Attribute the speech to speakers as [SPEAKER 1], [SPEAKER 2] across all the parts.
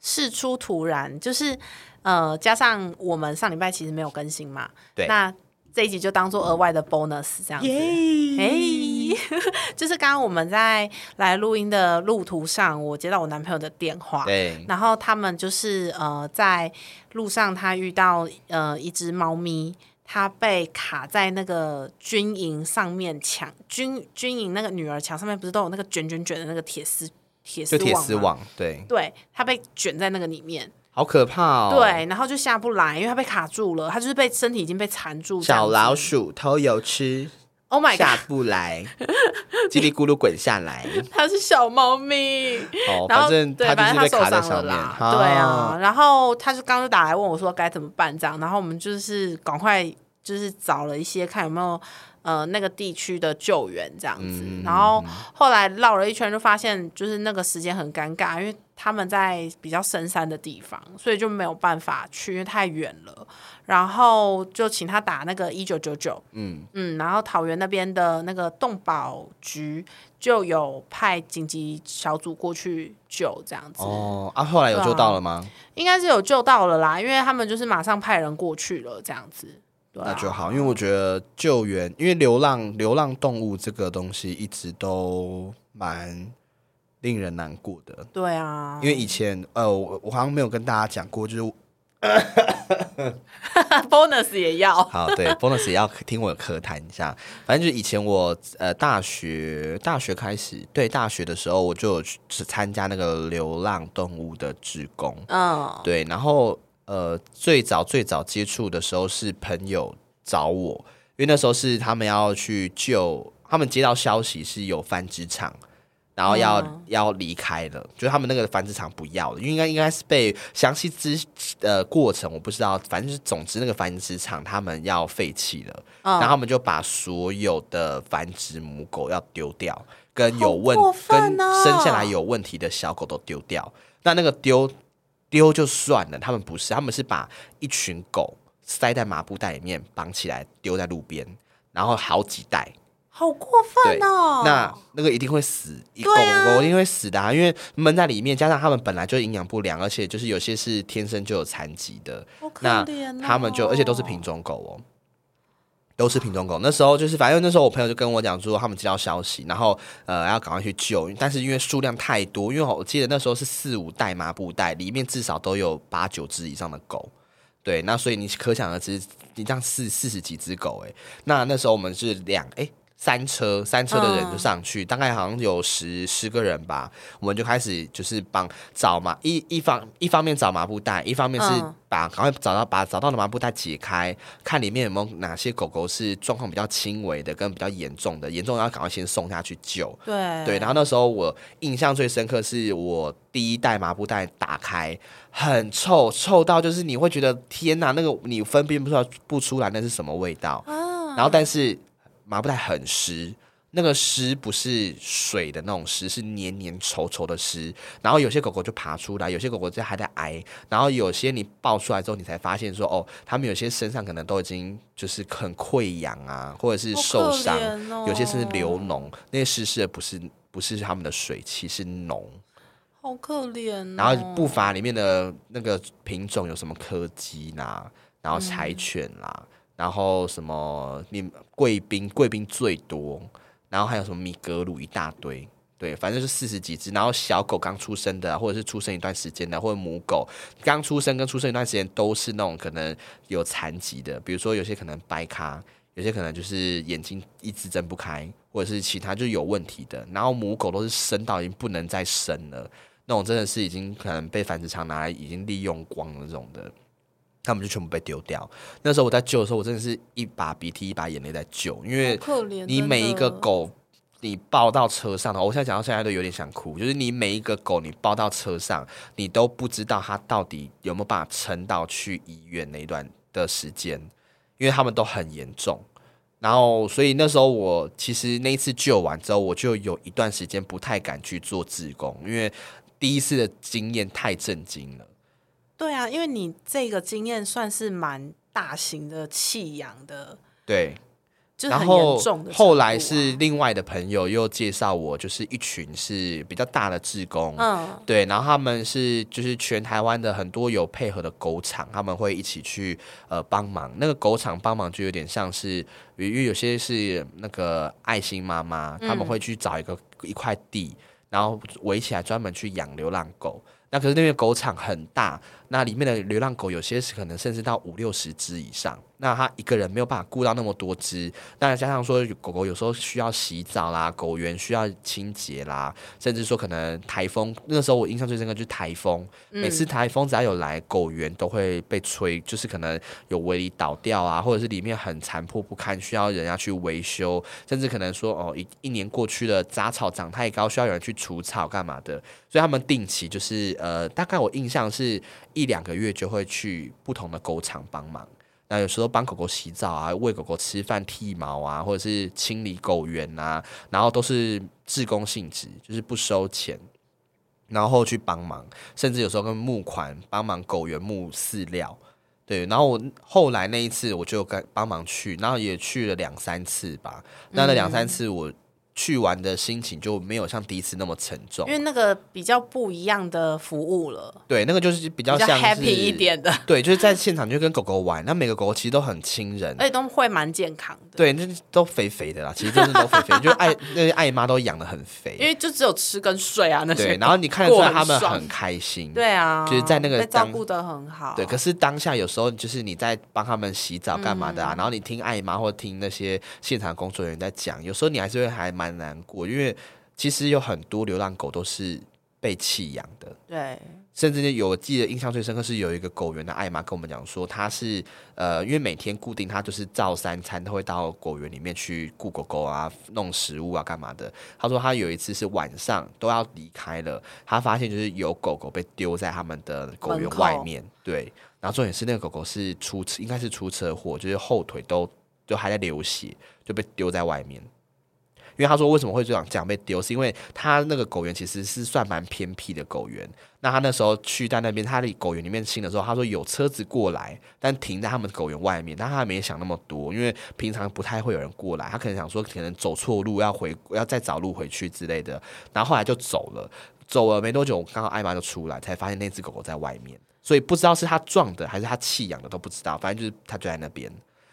[SPEAKER 1] 事出突然，就是呃，加上我们上礼拜其实没有更新嘛，
[SPEAKER 2] 对
[SPEAKER 1] 那这一集就当做额外的 bonus 这样子。
[SPEAKER 2] 耶！
[SPEAKER 1] 哎， 就是刚刚我们在来录音的路途上，我接到我男朋友的电话，
[SPEAKER 2] 对，
[SPEAKER 1] 然后他们就是呃，在路上他遇到呃一只猫咪，它被卡在那个军营上面墙，军军营那个女儿墙上面不是都有那个卷卷卷的那个铁丝铁丝
[SPEAKER 2] 就铁
[SPEAKER 1] 网
[SPEAKER 2] 丝
[SPEAKER 1] 吗？
[SPEAKER 2] 网，对，
[SPEAKER 1] 对，它被卷在那个里面，
[SPEAKER 2] 好可怕哦。，
[SPEAKER 1] 对，然后就下不来，因为它被卡住了，它就是被身体已经被缠住。
[SPEAKER 2] 小老。鼠偷 油吃，
[SPEAKER 1] Oh my
[SPEAKER 2] 下
[SPEAKER 1] god！
[SPEAKER 2] 不来，叽里咕噜滚下 来。
[SPEAKER 1] 它是小猫咪，
[SPEAKER 2] 哦，
[SPEAKER 1] 然后
[SPEAKER 2] 反正
[SPEAKER 1] 对，
[SPEAKER 2] 它
[SPEAKER 1] 反正
[SPEAKER 2] 就是被
[SPEAKER 1] 受
[SPEAKER 2] 卡在
[SPEAKER 1] 伤了
[SPEAKER 2] 上面。
[SPEAKER 1] 啦，对啊
[SPEAKER 2] 哦，。
[SPEAKER 1] 然后他就刚刚就打来问我说该怎么办这样，然后我们就是赶快就是找了一些看有没有呃那个地区的救援这样子，
[SPEAKER 2] 嗯
[SPEAKER 1] 然后后来绕了一圈就发现就是那个时间很尴尬，因为他们在比较深山的地方，所以就没有办法去，因为太远了。然后就请他打那个一九九九，
[SPEAKER 2] 嗯，
[SPEAKER 1] 嗯，然后桃园那边的那个动保局就有派紧急小组过去救，这样子、
[SPEAKER 2] 哦啊，后来有
[SPEAKER 1] 对啊
[SPEAKER 2] 做到了吗？
[SPEAKER 1] 应该是有救到了啦，因为他们就是马上派人过去了，这样子。对、啊，
[SPEAKER 2] 那就好，因为我觉得救援，因为流浪流浪动物这个东西一直都蛮令人难过的，
[SPEAKER 1] 对啊，
[SPEAKER 2] 因为以前呃，我我好像没有跟大家讲过，就是
[SPEAKER 1] bonus 也 要，
[SPEAKER 2] 好对 bonus 也要听我咳痰一下，反正就是以前我呃大学大学开始，对大学的时候我就有去参加那个流浪动物的志工，
[SPEAKER 1] 嗯
[SPEAKER 2] 对，然后呃，最早最早接触的时候是朋友找我，因为那时候是他们要去救，他们接到消息是有繁殖场，然后要、
[SPEAKER 1] 嗯
[SPEAKER 2] 要离开了，就是他们那个繁殖场不要了，因为应该应该是被详细资呃过程我不知道，反正就是总之那个繁殖场他们要废弃了，然后
[SPEAKER 1] 嗯，
[SPEAKER 2] 他们就把所有的繁殖母狗要丢掉，跟有
[SPEAKER 1] 好
[SPEAKER 2] 问、
[SPEAKER 1] 过
[SPEAKER 2] 跟
[SPEAKER 1] 分哦
[SPEAKER 2] 生下来有问题的小狗都丢掉。那那个丢丢就算了，他们不是，他们是把一群狗塞在麻布袋里面绑起来丢在路边，然后好几袋。
[SPEAKER 1] 好过分哦。
[SPEAKER 2] 那那个一定会死，一狗
[SPEAKER 1] 对啊
[SPEAKER 2] 狗一定会死的、啊，因为闷在里面，加上他们本来就营养不良，而且就是有些是天生就有残疾的，
[SPEAKER 1] 好可
[SPEAKER 2] 那
[SPEAKER 1] 怜哦
[SPEAKER 2] 他们就而且都是品种狗哦，都是品种狗。那时候就是反正那时候我朋友就跟我讲说他们接到消息，然后呃要赶快去救，但是因为数量太多，因为我记得那时候是四五袋麻布袋，里面至少都有八九只以上的狗。对，那所以你可想而知，你这样四四十几只狗、欸，那那时候我们是两哎、三车三车的人就上去，大概好像有十十个人吧，我们就开始就是帮找嘛，一一方一方面找麻布袋，一方面是
[SPEAKER 1] 嗯
[SPEAKER 2] 把赶快找到把找到的麻布袋解开，看里面有没有哪些狗狗是状况比较轻微的跟比较严重的，严重的要赶快先送下去救。
[SPEAKER 1] 对
[SPEAKER 2] 对，然后那时候我印象最深刻是我第一袋麻布袋打开，很臭，臭到就是你会觉得天哪，那个你分辨不出来不出来那是什么味道。
[SPEAKER 1] 啊，
[SPEAKER 2] 然后但是麻布袋很湿，那个湿不是水的那种湿，是黏黏稠稠的湿。然后有些狗狗就爬出来，有些狗狗就还在挨，然后有些你抱出来之后，你才发现说哦，它们有些身上可能都已经就是很溃疡啊，或者是
[SPEAKER 1] 好
[SPEAKER 2] 受
[SPEAKER 1] 可
[SPEAKER 2] 伤，
[SPEAKER 1] 怜哦
[SPEAKER 2] 有些甚至流脓，那些湿湿的不是不是它们的水汽，是脓。
[SPEAKER 1] 好可怜哦。
[SPEAKER 2] 然后不乏里面的那个品种有什么柯基啦，然
[SPEAKER 1] 嗯
[SPEAKER 2] 后柴犬啦，然后什么你贵宾贵宾最多，然后还有什么米格鲁一大堆。对，反正就四十几只，然后小狗刚出生的啊，或者是出生一段时间的，或者母狗刚出生跟出生一段时间都是那种可能有残疾的，比如说有些可能掰咖，有些可能就是眼睛一直睁不开，或者是其他就是有问题的。然后母狗都是生到已经不能再生了，那种真的是已经可能被繁殖场拿来已经利用光了这种的，他们就全部被丢掉。那时候我在救的时候，我真的是一把鼻涕一把眼泪在救，因为
[SPEAKER 1] 好可怜，
[SPEAKER 2] 你
[SPEAKER 1] 真
[SPEAKER 2] 每一
[SPEAKER 1] 的
[SPEAKER 2] 个狗你抱到车上哦的，我现在讲到现在都有点想哭，就是你每一个狗你抱到车上，你都不知道它到底有没有办法撑到去医院那一段的时间，因为他们都很严重。然后，所以那时候我其实那一次救完之后，我就有一段时间不太敢去做志工，因为第一次的经验太震惊了。
[SPEAKER 1] 对啊，因为你这个经验算是蛮大型的弃养的，
[SPEAKER 2] 对，
[SPEAKER 1] 就是
[SPEAKER 2] 然
[SPEAKER 1] 很严
[SPEAKER 2] 后
[SPEAKER 1] 重的程度啊、
[SPEAKER 2] 后来是另外的朋友又介绍我，就是一群是比较大的志工，
[SPEAKER 1] 嗯
[SPEAKER 2] 对，然后他们是就是全台湾的很多有配合的狗场，他们会一起去呃帮忙。那个狗场帮忙就有点像是，因为有些是那个爱心妈妈，他们会去找一个一块地，然后围起来专门去养流浪狗。那可是那边狗场很大，那里面的流浪狗有些是可能甚至到五六十只以上，那他一个人没有办法顾到那么多只，那加上说狗狗有时候需要洗澡啦，狗源需要清洁啦，甚至说可能台风，那时候我印象最深刻就是台风，每次台风只要有来，狗源都会被吹，就是可能有围篱倒掉啊，或者是里面很残破不堪，需要人家去维修，甚至可能说哦一一年过去了，杂草长太高，需要有人去除草干嘛的，所以他们定期就是呃，大概我印象是一两个月就会去不同的狗场帮忙。那有时候帮狗狗洗澡啊，喂狗狗吃饭、剃毛啊，或者是清理狗园啊，然后都是志工性质，就是不收钱，然后去帮忙，甚至有时候跟募款帮忙狗园募饲料。对，然后我后来那一次我就跟帮忙去，然后也去了两三次吧。那那两三次我去玩的心情就没有像第一次那么沉重
[SPEAKER 1] 因，为那个比较不一样的服务了，
[SPEAKER 2] 对，那个就是比
[SPEAKER 1] 比
[SPEAKER 2] 较
[SPEAKER 1] 较
[SPEAKER 2] 像
[SPEAKER 1] happy
[SPEAKER 2] 是
[SPEAKER 1] 一，点 的，
[SPEAKER 2] 对，就是在现场就跟狗狗玩，那每个狗狗其实都很亲人，
[SPEAKER 1] 而且都会蛮健康的，
[SPEAKER 2] 对，就是都肥肥的啦，其实真的都肥肥，就 爱那些爱妈都养的很
[SPEAKER 1] 因
[SPEAKER 2] 肥，
[SPEAKER 1] 为就只有吃跟睡啊那些。
[SPEAKER 2] 对，然后你看得出来
[SPEAKER 1] 过很
[SPEAKER 2] 他们
[SPEAKER 1] 爽
[SPEAKER 2] 很开心，
[SPEAKER 1] 对啊，
[SPEAKER 2] 就是在那个
[SPEAKER 1] 被照
[SPEAKER 2] 当
[SPEAKER 1] 顾的很好，
[SPEAKER 2] 对，可是当下有时候就是你在帮他们洗澡干嘛的
[SPEAKER 1] 嗯
[SPEAKER 2] 啊，然后你听艾妈或听那些现场工作人员在讲，有时候你还是会还蛮难过，因为其实有很多流浪狗都是被弃养的，
[SPEAKER 1] 对，
[SPEAKER 2] 甚至有我记得印象最深刻是有一个狗园的艾玛跟我们讲说，她是呃，因为每天固定她就是照三餐，她会到狗园里面去顾狗狗啊、弄食物啊、干嘛的。她说她有一次是晚上都要离开了，她发现就是有狗狗被丢在他们的狗园外面，对。然后重点是那个狗狗是出应该是出车祸，就是后腿都就还在流血，就被丢在外面。因为他说为什么会这样讲被丢，是因为他那个狗园其实是算蛮偏僻的狗园。那他那时候去在那边他的狗园里面清的时候，他说有车子过来，但停在他们狗园外面，但他还没想那么多，因为平常不太会有人过来，他可能想说可能走错路要回 要再找路回去之类的，然后后来就走了。走了没多久，刚好艾玛就出来，才发现那只狗狗在外面，所以不知道是他撞的还是他弃养的都不知道，反正就是他就在那边。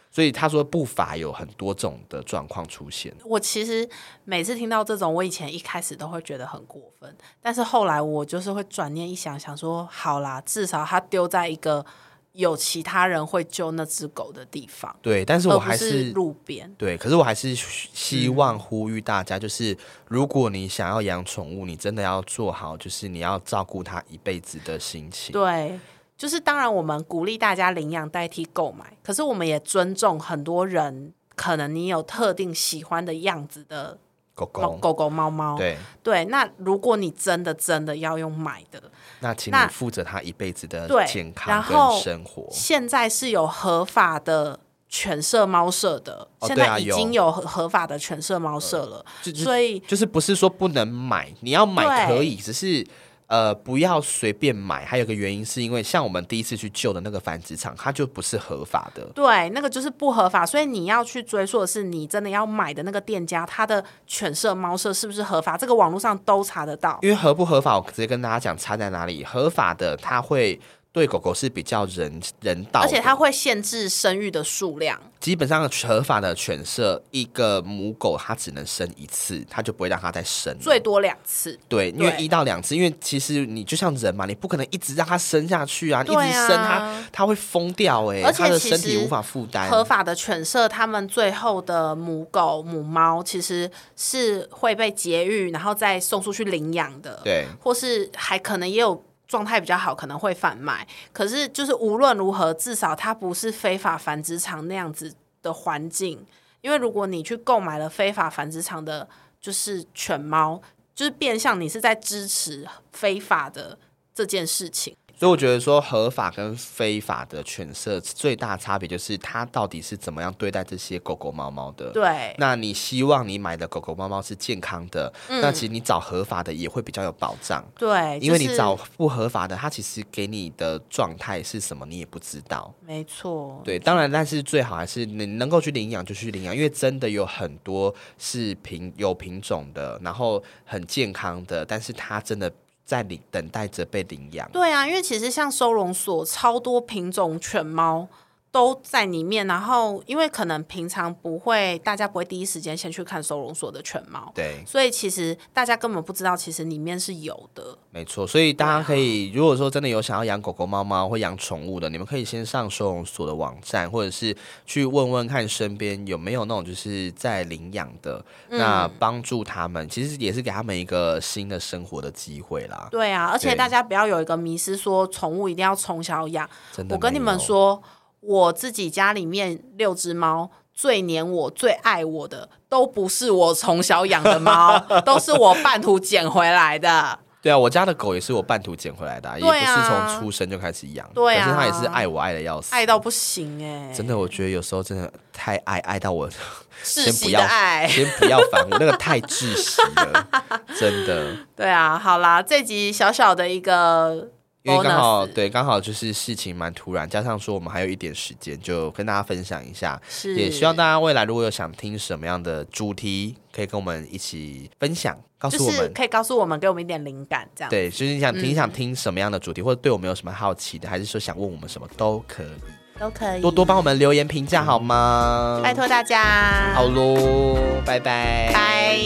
[SPEAKER 2] 所以他说不乏有很多种的状况出现。
[SPEAKER 1] 我其实每次听到这种，我以前一开始都会觉得很过分，但是后来我就是会转念一想，想说好啦，至少它丢在一个有其他人会救那只狗的地方，
[SPEAKER 2] 对，但是
[SPEAKER 1] 而
[SPEAKER 2] 我
[SPEAKER 1] 哦不
[SPEAKER 2] 还
[SPEAKER 1] 是
[SPEAKER 2] 是
[SPEAKER 1] 路边。
[SPEAKER 2] 对，可是我还是希希
[SPEAKER 1] 嗯
[SPEAKER 2] 望呼吁大家，就是如果你想要养宠物，你真的要做好，就是你要照顾它一辈子的心情。
[SPEAKER 1] 对，就是当然我们鼓励大家领养代替购买，可是我们也尊重很多人，可能你有特定喜欢的样子的
[SPEAKER 2] 狗
[SPEAKER 1] 猫
[SPEAKER 2] 狗，
[SPEAKER 1] 狗狗、猫猫。
[SPEAKER 2] 对，
[SPEAKER 1] 对，那如果你真的真的要用买的，
[SPEAKER 2] 那请
[SPEAKER 1] 那
[SPEAKER 2] 你负责它一辈子的
[SPEAKER 1] 对
[SPEAKER 2] 健
[SPEAKER 1] 然
[SPEAKER 2] 康
[SPEAKER 1] 后
[SPEAKER 2] 跟生活。
[SPEAKER 1] 现在是有合法的犬舍、猫舍的，
[SPEAKER 2] 哦
[SPEAKER 1] 现
[SPEAKER 2] 对
[SPEAKER 1] 在
[SPEAKER 2] 啊
[SPEAKER 1] 已
[SPEAKER 2] 有呃
[SPEAKER 1] 经有合合法的犬舍、猫舍了，
[SPEAKER 2] 就就
[SPEAKER 1] 所以
[SPEAKER 2] 就是不是说不能买，你要买
[SPEAKER 1] 对
[SPEAKER 2] 可以，只是呃不要随便买。还有一个原因是因为像我们第一次去救的那个繁殖场，它就不是合法的。
[SPEAKER 1] 对啊那个就是不合法，所以你要去追溯的是你真的要买的那个店家，他的犬舍、猫舍是不是合法，这个网络上都查得到。
[SPEAKER 2] 因为合不合法，我直接跟大家讲差在哪里。合法的，它会对狗狗是比较人人道的，嗯
[SPEAKER 1] 而且它会限制生育的数量，
[SPEAKER 2] 基本上合法的犬舍，一个母狗它只能生一次，它就不会让它再生了。
[SPEAKER 1] 最多两次。
[SPEAKER 2] 对，因为
[SPEAKER 1] 对
[SPEAKER 2] 一到两次，因为其实你就像人嘛，你不可能一直让它生下去啊，你一
[SPEAKER 1] 对
[SPEAKER 2] 直
[SPEAKER 1] 啊
[SPEAKER 2] 生它，它会疯掉哎、
[SPEAKER 1] 而且
[SPEAKER 2] 它的
[SPEAKER 1] 其
[SPEAKER 2] 身体
[SPEAKER 1] 实
[SPEAKER 2] 无法负担。
[SPEAKER 1] 合法的犬舍，它们最后的母狗、母猫其实是会被绝育，然后再送出去领养的。
[SPEAKER 2] 对，
[SPEAKER 1] 或是还可能也有状态比较好，可能会贩卖。可是就是无论如何，至少它不是非法繁殖场那样子的环境，因为如果你去购买了非法繁殖场的，就是犬猫，就是变相你是在支持非法的这件事情。
[SPEAKER 2] 所以我觉得说合法跟非法的犬舍最大差别就是它到底是怎么样对待这些狗狗猫猫的。
[SPEAKER 1] 对，
[SPEAKER 2] 那你希望你买的狗狗猫猫是健康的，
[SPEAKER 1] 嗯
[SPEAKER 2] 那其实你找合法的也会比较有保障，
[SPEAKER 1] 对，
[SPEAKER 2] 因为
[SPEAKER 1] 就
[SPEAKER 2] 你
[SPEAKER 1] 是
[SPEAKER 2] 找不合法的，它其实给你的状态是什么你也不知道。
[SPEAKER 1] 没错，
[SPEAKER 2] 对，当然，但是最好还是你能够去领养就去领养，因为真的有很多是品有品种的，然后很健康的，但是它真的在领等待着被领养。
[SPEAKER 1] 对啊，因为其实像收容所超多品种犬猫都在里面，然后因为可能平常不会，大家不会第一时间先去看收容所的犬猫，
[SPEAKER 2] 对，
[SPEAKER 1] 所以其实大家根本不知道，其实里面是有的。
[SPEAKER 2] 没错，所以大家可以，如果说真的有想要养狗狗、猫猫或养宠物的，你们可以先上收容所的网站，或者是去问问看身边有没有那种就是在领养的，
[SPEAKER 1] 嗯
[SPEAKER 2] 那帮助他们，其实也是给他们一个新的生活的机会啦。
[SPEAKER 1] 对啊，而且
[SPEAKER 2] 对
[SPEAKER 1] 大家不要有一个迷失，说宠物一定要从小养。
[SPEAKER 2] 真的，
[SPEAKER 1] 我跟你们，说，我自己家里面六只猫。最黏我、最爱我的，都不是我从小养的猫， 都是我半途捡回来的。
[SPEAKER 2] 对啊，我家的狗也是我半途捡回来的、啊，也
[SPEAKER 1] 对
[SPEAKER 2] 不
[SPEAKER 1] 啊
[SPEAKER 2] 是从出生就开始养，
[SPEAKER 1] 对啊
[SPEAKER 2] 可是它也是爱我爱的要死，
[SPEAKER 1] 爱到不行哎、
[SPEAKER 2] 真的，我觉得有时候真的太爱，爱到我
[SPEAKER 1] 窒
[SPEAKER 2] 先不
[SPEAKER 1] 息
[SPEAKER 2] 要
[SPEAKER 1] 的爱。
[SPEAKER 2] 先不要烦我，那个太窒息了，真的。
[SPEAKER 1] 对啊，好啦，这集小小的一个
[SPEAKER 2] 因为刚好
[SPEAKER 1] bonus
[SPEAKER 2] 对，刚好就是事情蛮突然，加上说我们还有一点时间，就跟大家分享一下。
[SPEAKER 1] 是，
[SPEAKER 2] 也希望大家未来如果有想听什么样的主题，可以跟我们一起分享，告诉
[SPEAKER 1] 就
[SPEAKER 2] 我
[SPEAKER 1] 是嗯
[SPEAKER 2] 们。
[SPEAKER 1] 可以告诉我们，给我们一点灵感，这样。
[SPEAKER 2] 对，就是你想听、想听什么样的主题，或者对我们有什么好奇的，还是说想问我们什么都可以，
[SPEAKER 1] 都可以
[SPEAKER 2] 多多帮我们留言评价好吗？
[SPEAKER 1] 嗯 拜托大家。
[SPEAKER 2] 好喽，拜拜，
[SPEAKER 1] 拜。